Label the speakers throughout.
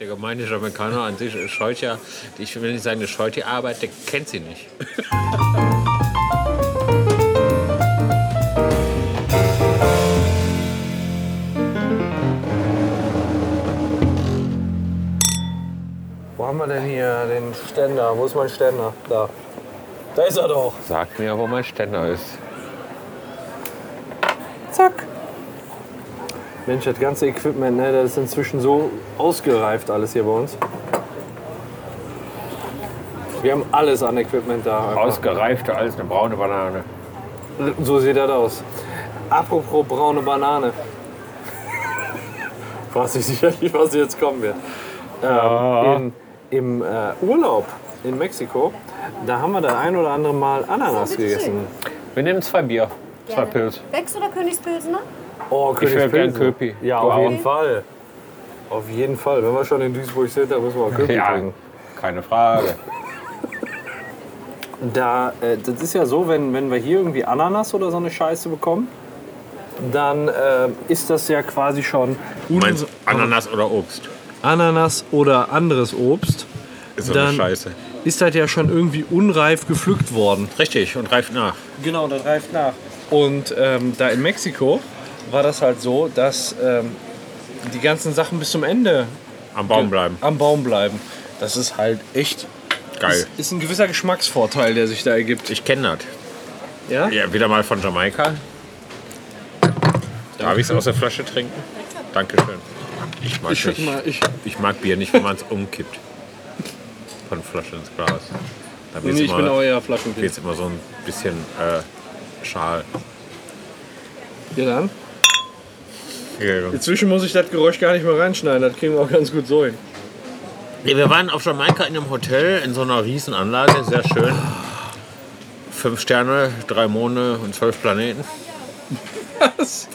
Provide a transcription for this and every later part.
Speaker 1: Der gemeine Jamaikaner an sich scheut ja, ich will nicht sagen, der scheut die Arbeit, der kennt sie nicht.
Speaker 2: Wo haben wir denn hier den Ständer? Wo ist mein Ständer? Da. Da ist er doch.
Speaker 1: Sag mir, wo mein Ständer ist.
Speaker 2: Zack. Mensch, das ganze Equipment, ne, das ist inzwischen so ausgereift alles hier bei uns. Wir haben alles an Equipment da. einfach.
Speaker 1: Ausgereifter als eine braune Banane.
Speaker 2: So sieht das aus. Apropos braune Banane. Weiß ich sicher nicht, was jetzt kommen wird. Ähm, in, Im äh, Urlaub in Mexiko, da haben wir das ein oder andere Mal Ananas
Speaker 3: So, bitteschön.
Speaker 2: gegessen.
Speaker 1: Wir nehmen zwei Bier, zwei
Speaker 3: Gerne.
Speaker 1: Pils.
Speaker 3: Becks oder Königspilsner?
Speaker 2: Oh, König
Speaker 1: wär gern
Speaker 2: Pilsen.
Speaker 1: Köpi.
Speaker 2: Ja,
Speaker 1: Du
Speaker 2: auf
Speaker 1: auch?
Speaker 2: jeden Fall. Auf jeden Fall. Wenn wir schon in Duisburg sind, dann müssen wir auch Köpi
Speaker 1: Ja,
Speaker 2: trinken.
Speaker 1: keine Frage.
Speaker 2: Da, äh, das ist ja so, wenn, wenn wir hier irgendwie Ananas oder so eine Scheiße bekommen, dann äh, ist das ja quasi schon
Speaker 1: Du meinst Ananas oder Obst?
Speaker 2: Ananas oder anderes Obst,
Speaker 1: Ist so eine
Speaker 2: Dann-
Speaker 1: Scheiße.
Speaker 2: ist das ja schon irgendwie unreif gepflückt worden.
Speaker 1: Richtig, und reift nach.
Speaker 2: Genau, das reift nach. Und ähm, da in Mexiko war das halt so, dass ähm, die ganzen Sachen bis zum Ende
Speaker 1: Am Baum bleiben.
Speaker 2: am Baum bleiben. Das ist halt echt
Speaker 1: Geil.
Speaker 2: Ist, ist ein gewisser Geschmacksvorteil, der sich da ergibt.
Speaker 1: Ich kenne das.
Speaker 2: Ja?
Speaker 1: Ja, wieder mal von Jamaika. Darf ich es aus der Flasche trinken? Dankeschön. Ich mag,
Speaker 2: Ich,
Speaker 1: nicht,
Speaker 2: mal, ich,
Speaker 1: ich mag Bier nicht, wenn man es umkippt. Von Flasche ins Glas. Da wird's
Speaker 2: nee, ich bin
Speaker 1: immer,
Speaker 2: auch eher Flaschenbier.
Speaker 1: wird's immer so ein bisschen äh, schal.
Speaker 2: Ja, dann?
Speaker 1: Nee,
Speaker 2: Inzwischen muss ich das Geräusch gar nicht mehr reinschneiden, das kriegen wir auch ganz gut so hin.
Speaker 1: wir waren auf Jamaika in einem Hotel in so einer riesen Anlage, sehr schön. Fünf Sterne, drei Monde und zwölf Planeten.
Speaker 2: Was?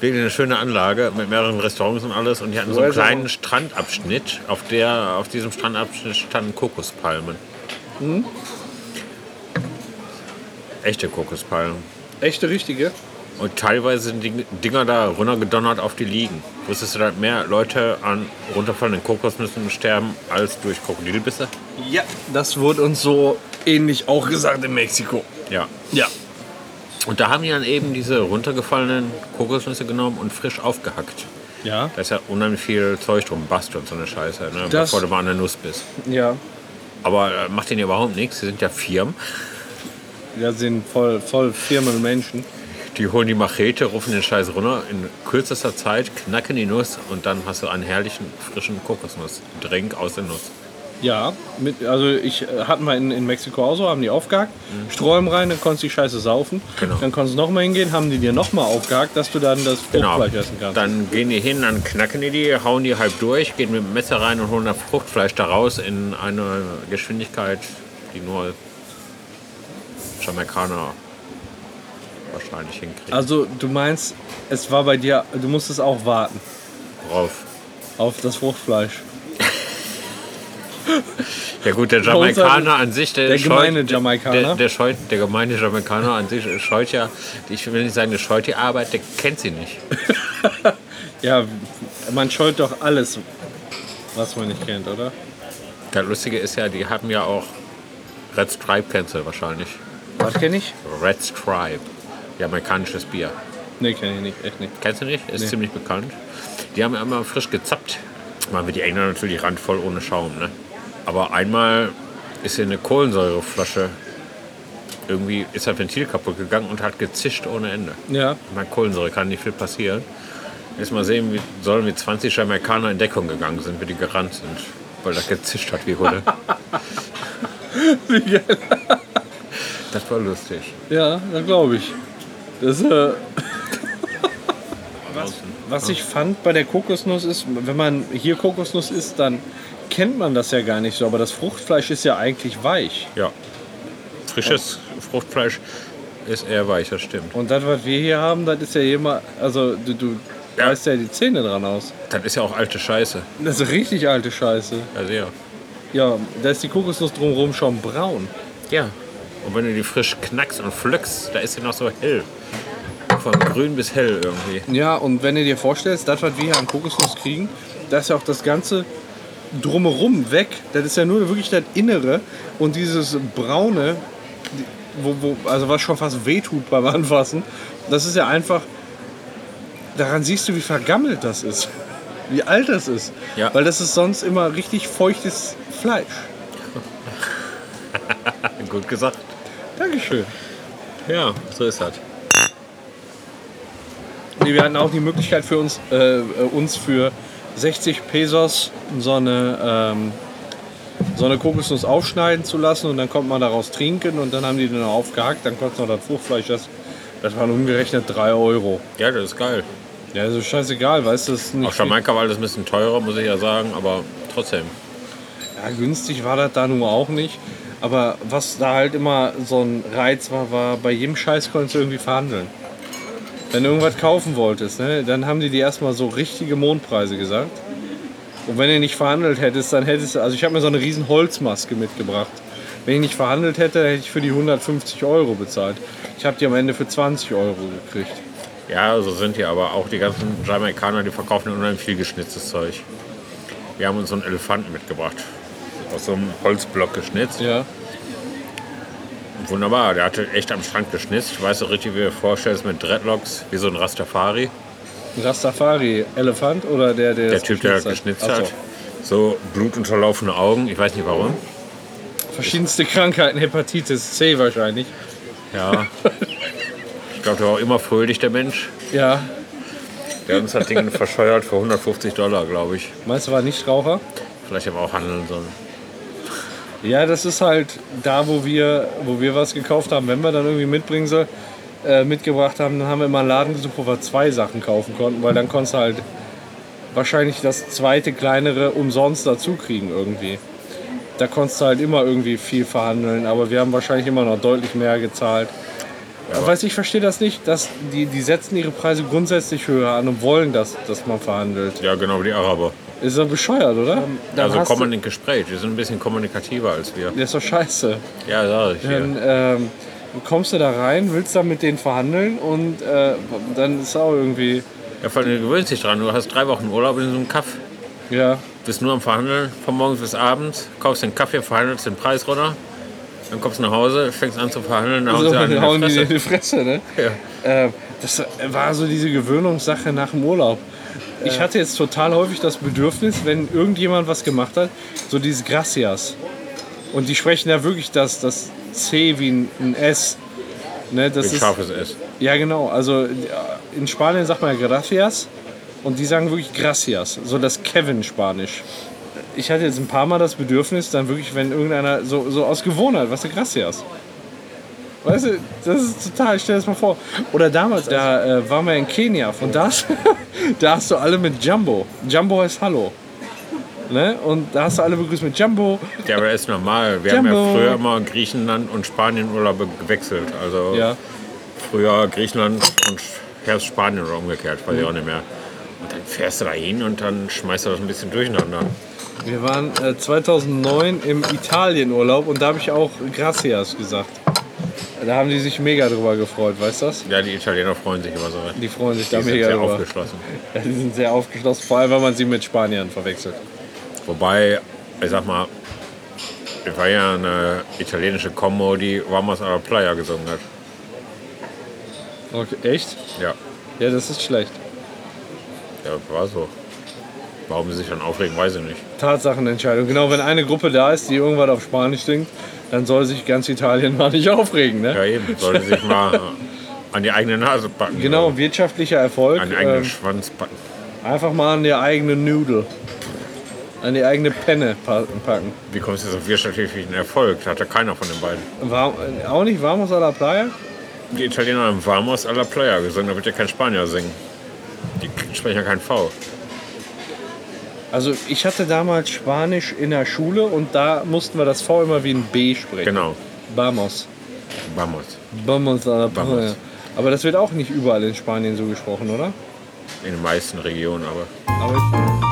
Speaker 1: Wirklich eine schöne Anlage mit mehreren Restaurants und alles. Und die hatten so einen
Speaker 2: Wo ist er?
Speaker 1: kleinen Strandabschnitt. Auf, der, auf diesem Strandabschnitt standen Kokospalmen. Echte Kokospalmen.
Speaker 2: Echte, richtige?
Speaker 1: Und teilweise sind die Dinger da runtergedonnert auf die Liegen. Wusstest du, dass mehr Leute an runterfallenden Kokosnüssen sterben als durch Krokodilbisse?
Speaker 2: Ja. Das wurde uns so ähnlich auch gesagt in Mexiko.
Speaker 1: Ja.
Speaker 2: Ja.
Speaker 1: Und da haben die dann eben diese runtergefallenen Kokosnüsse genommen und frisch aufgehackt.
Speaker 2: Ja?
Speaker 1: Da ist ja unheimlich viel Zeug drum, Bast und so eine Scheiße, ne?
Speaker 2: Das-
Speaker 1: bevor du mal an der Nuss bist.
Speaker 2: Ja.
Speaker 1: Aber äh, macht denen überhaupt nichts. Sie sind ja Firmen.
Speaker 2: Wir sind voll, voll Firmen Menschen.
Speaker 1: Die holen die Machete, rufen den Scheiß runter in kürzester Zeit, knacken die Nuss und dann hast du einen herrlichen, frischen Kokosnussdrink aus der Nuss.
Speaker 2: Ja, mit, also ich äh, hatten wir in, in Mexiko auch so, haben die aufgehakt, Sträumen rein, dann konntest du die Scheiße saufen.
Speaker 1: Genau.
Speaker 2: Dann konntest du nochmal hingehen, haben die dir nochmal aufgehakt, dass du dann das Fruchtfleisch essen
Speaker 1: Genau.
Speaker 2: kannst.
Speaker 1: Dann gehen die hin, dann knacken die die, hauen die halb durch, gehen mit dem Messer rein und holen das Fruchtfleisch daraus in eine Geschwindigkeit, die nur Jamaikaner wahrscheinlich hinkriegen.
Speaker 2: Also du meinst, es war bei dir, du musstest auch warten
Speaker 1: Drauf.
Speaker 2: auf das Fruchtfleisch.
Speaker 1: Ja gut, der
Speaker 2: uns
Speaker 1: Jamaikaner an sich, der,
Speaker 2: der
Speaker 1: scheut-
Speaker 2: gemeine Jamaikaner.
Speaker 1: Der, der, scheut, der gemeine Jamaikaner an sich scheut ja, ich will nicht sagen, der scheut die Arbeit, der kennt sie nicht.
Speaker 2: Ja, man scheut doch alles, was man nicht kennt, oder?
Speaker 1: Das Lustige ist ja, die haben ja auch Red Stripe kennst du wahrscheinlich.
Speaker 2: Was kenne ich?
Speaker 1: Red Stripe. Jamaikanisches Bier.
Speaker 2: Nee, kenne ich nicht, echt nicht.
Speaker 1: Kennst du nicht? Ist ziemlich bekannt. Die haben ja immer frisch gezappt. Mal mit die Engländer natürlich randvoll ohne Schaum, ne? Aber einmal ist hier eine Kohlensäureflasche. Irgendwie ist das Ventil kaputt gegangen und hat gezischt ohne Ende.
Speaker 2: Ja,
Speaker 1: Bei Kohlensäure kann nicht viel passieren. Jetzt mal sehen, wie sollen wir 20 Jamaikaner in Deckung gegangen sind, wie die gerannt sind. Weil das gezischt hat wie Hunde. das war lustig.
Speaker 2: ja, dann glaube ich. Das, äh, was ich fand bei der Kokosnuss ist, wenn man hier Kokosnuss isst, dann kennt man das ja gar nicht so. Aber das Fruchtfleisch ist ja eigentlich weich.
Speaker 1: Ja. Frisches Fruchtfleisch ist eher weich, das stimmt.
Speaker 2: Und das, was wir hier haben, das ist ja jemand, also du, du
Speaker 1: Ja.
Speaker 2: reißt ja die Zähne dran aus.
Speaker 1: Das ist ja auch alte Scheiße.
Speaker 2: Das ist richtig alte Scheiße.
Speaker 1: Also ja.
Speaker 2: Ja, da ist die Kokosnuss drumherum schon braun.
Speaker 1: Ja. Und wenn du die frisch knackst und pflückst, da ist sie noch so hell. Von grün bis hell irgendwie.
Speaker 2: Ja, und wenn du dir vorstellst, das, was wir hier an Kokosnuss kriegen, da ist ja auch das ganze drumherum weg. Das ist ja nur wirklich das Innere und dieses braune, die- wo, wo, also was schon fast wehtut beim Anfassen. Das ist ja einfach. Daran siehst du, wie vergammelt das ist, wie alt das ist.
Speaker 1: Ja.
Speaker 2: Weil das ist sonst immer richtig feuchtes Fleisch.
Speaker 1: Gut gesagt.
Speaker 2: Dankeschön.
Speaker 1: Ja, so ist das.
Speaker 2: Nee, wir hatten auch die Möglichkeit für uns, äh, äh, uns für 60 Pesos so eine, ähm, so eine Kokosnuss aufschneiden zu lassen und dann konnte man daraus trinken und dann haben die den aufgehackt, dann kostet noch das Fruchtfleisch, das, das waren umgerechnet 3 Euro.
Speaker 1: Ja, das ist geil.
Speaker 2: Ja, ist doch scheißegal, weißt du, das ist nicht
Speaker 1: Auf Jamaika war alles ein bisschen teurer, muss ich ja sagen, aber trotzdem.
Speaker 2: Ja, günstig war das da nun auch nicht. Aber was da halt immer so ein Reiz war, war, bei jedem Scheiß konntest du irgendwie verhandeln. Wenn du irgendwas kaufen wolltest, ne, dann haben die dir erstmal so richtige Mondpreise gesagt. Und wenn du nicht verhandelt hättest, dann hättest du. Also, ich habe mir so eine riesen Holzmaske mitgebracht. Wenn ich nicht verhandelt hätte, hätte ich für die 150 Euro bezahlt. Ich habe die am Ende für 20 Euro gekriegt.
Speaker 1: Ja, so sind die aber auch die ganzen Jamaikaner, die verkaufen unheimlich viel geschnitztes Zeug. Wir haben uns so einen Elefanten mitgebracht. Aus so einem Holzblock geschnitzt.
Speaker 2: Ja.
Speaker 1: Wunderbar, der hatte echt am Strand geschnitzt. Ich weiß auch richtig, wie ihr vorstellt, mit Dreadlocks, wie so ein Rastafari.
Speaker 2: Rastafari, Elefant oder der, der.
Speaker 1: Der
Speaker 2: das
Speaker 1: Typ, der das geschnitzt hat. So blutunterlaufene Augen, ich weiß nicht warum.
Speaker 2: Ach so. Verschiedenste Krankheiten, Hepatitis C wahrscheinlich.
Speaker 1: Ja. Ich glaube, der war auch immer fröhlich, der Mensch.
Speaker 2: Ja,
Speaker 1: Der hat uns das Ding verscheuert für 150 Dollar, glaube ich.
Speaker 2: meinst du, war nicht Raucher?
Speaker 1: Vielleicht haben wir auch handeln sollen.
Speaker 2: Ja, das ist halt da, wo wir, wo wir was gekauft haben. Wenn wir dann irgendwie Mitbringsel äh, mitgebracht haben, dann haben wir immer einen Laden gesucht, wo wir zwei Sachen kaufen konnten, weil dann konntest du halt wahrscheinlich das zweite kleinere umsonst dazu kriegen irgendwie. Da konntest du halt immer irgendwie viel verhandeln, aber wir haben wahrscheinlich immer noch deutlich mehr gezahlt. aber weiß ich verstehe das nicht, dass die, die setzen ihre Preise grundsätzlich höher an und wollen, dass, dass man verhandelt.
Speaker 1: Ja, genau, wie die Araber.
Speaker 2: Ist doch bescheuert, oder? Dann
Speaker 1: Also
Speaker 2: hast
Speaker 1: kommen
Speaker 2: du-
Speaker 1: in Gespräch. Die sind ein bisschen kommunikativer als wir.
Speaker 2: Das ist doch scheiße.
Speaker 1: Ja, sag ich dir.
Speaker 2: Dann ähm, kommst du da rein, willst dann mit denen verhandeln und äh, dann ist auch irgendwie,
Speaker 1: Ja, vor allem, du gewöhnst dich dran. Du hast drei Wochen Urlaub in so einem Kaff.
Speaker 2: ja,
Speaker 1: Bist nur am Verhandeln, von morgens bis abends. Kaufst den Kaffee, verhandelst den Preis runter. Dann kommst du nach Hause, fängst an zu verhandeln, dann hauen
Speaker 2: so,
Speaker 1: sie einen
Speaker 2: dann Also hauen
Speaker 1: in
Speaker 2: die dir in
Speaker 1: die
Speaker 2: die Fresse, ne?
Speaker 1: Fresse.
Speaker 2: Ähm, das war so diese Gewöhnungssache nach dem Urlaub. Ich hatte jetzt total häufig das Bedürfnis, wenn irgendjemand was gemacht hat, so dieses Gracias. Und die sprechen ja wirklich das, das C wie ein, ein S. Ne, das
Speaker 1: Ja, wie
Speaker 2: ist,
Speaker 1: scharf es ist.
Speaker 2: Ja, genau. Also ja, in Spanien sagt man ja gracias und die sagen wirklich gracias. So das Kevin-Spanisch. Ich hatte jetzt ein paar Mal das Bedürfnis, dann wirklich, wenn irgendeiner so, so aus Gewohnheit, was du gracias. Weißt du, das ist total, stell dir das mal vor. Oder damals, da äh, waren wir in Kenia und da, hast- da hast du alle mit Jumbo. Jumbo heißt Hallo. Ne? Und da hast du alle begrüßt mit Jumbo.
Speaker 1: Ja, aber das ist normal. Wir haben
Speaker 2: Jumbo.
Speaker 1: ja früher immer Griechenland und Spanien Urlaube gewechselt. Also
Speaker 2: Ja.
Speaker 1: früher Griechenland und Herbst Spanien oder umgekehrt, weiß ich auch nicht mehr. Und dann fährst du da hin und dann schmeißt du das ein bisschen durcheinander.
Speaker 2: Wir waren äh, 2009 im Italienurlaub und da habe ich auch Gracias gesagt. Da haben die sich mega drüber gefreut, weißt du das?
Speaker 1: Ja, die Italiener freuen sich immer so. Die
Speaker 2: Die freuen sich da
Speaker 1: sind
Speaker 2: mega
Speaker 1: sehr
Speaker 2: drüber.
Speaker 1: aufgeschlossen.
Speaker 2: Ja, die sind sehr aufgeschlossen, vor allem, wenn man sie mit Spaniern verwechselt.
Speaker 1: Wobei, ich sag mal, es war ja eine italienische Combo, die Vamos a la Playa gesungen hat.
Speaker 2: Okay, echt?
Speaker 1: Ja,
Speaker 2: Ja, das ist schlecht.
Speaker 1: ja war so. Warum sie sich dann aufregen, weiß ich nicht.
Speaker 2: Tatsachenentscheidung. Genau, wenn eine Gruppe da ist, die irgendwas auf Spanisch singt, dann soll sich ganz Italien mal nicht aufregen, ne?
Speaker 1: Ja, eben, sollte sich mal an die eigene Nase packen.
Speaker 2: Genau, wirtschaftlicher Erfolg.
Speaker 1: An den eigenen
Speaker 2: ähm,
Speaker 1: Schwanz packen.
Speaker 2: einfach mal an die eigene Nudel. An die eigene Penne pa- packen.
Speaker 1: Wie kommst du jetzt auf wirtschaftlichen Erfolg? Hatte keiner von den beiden.
Speaker 2: War, äh, auch nicht Vamos a la Playa?
Speaker 1: Die Italiener haben Vamos a la Playa gesungen, da wird ja kein Spanier singen. Die sprechen ja kein V.
Speaker 2: Also ich hatte damals Spanisch in der Schule und da mussten wir das V immer wie ein B sprechen.
Speaker 1: Genau,
Speaker 2: Vamos.
Speaker 1: Vamos.
Speaker 2: Vamos a la Playa.
Speaker 1: Vamos.
Speaker 2: Aber das wird auch nicht überall in Spanien so gesprochen, oder?
Speaker 1: In den meisten Regionen aber.
Speaker 2: Aber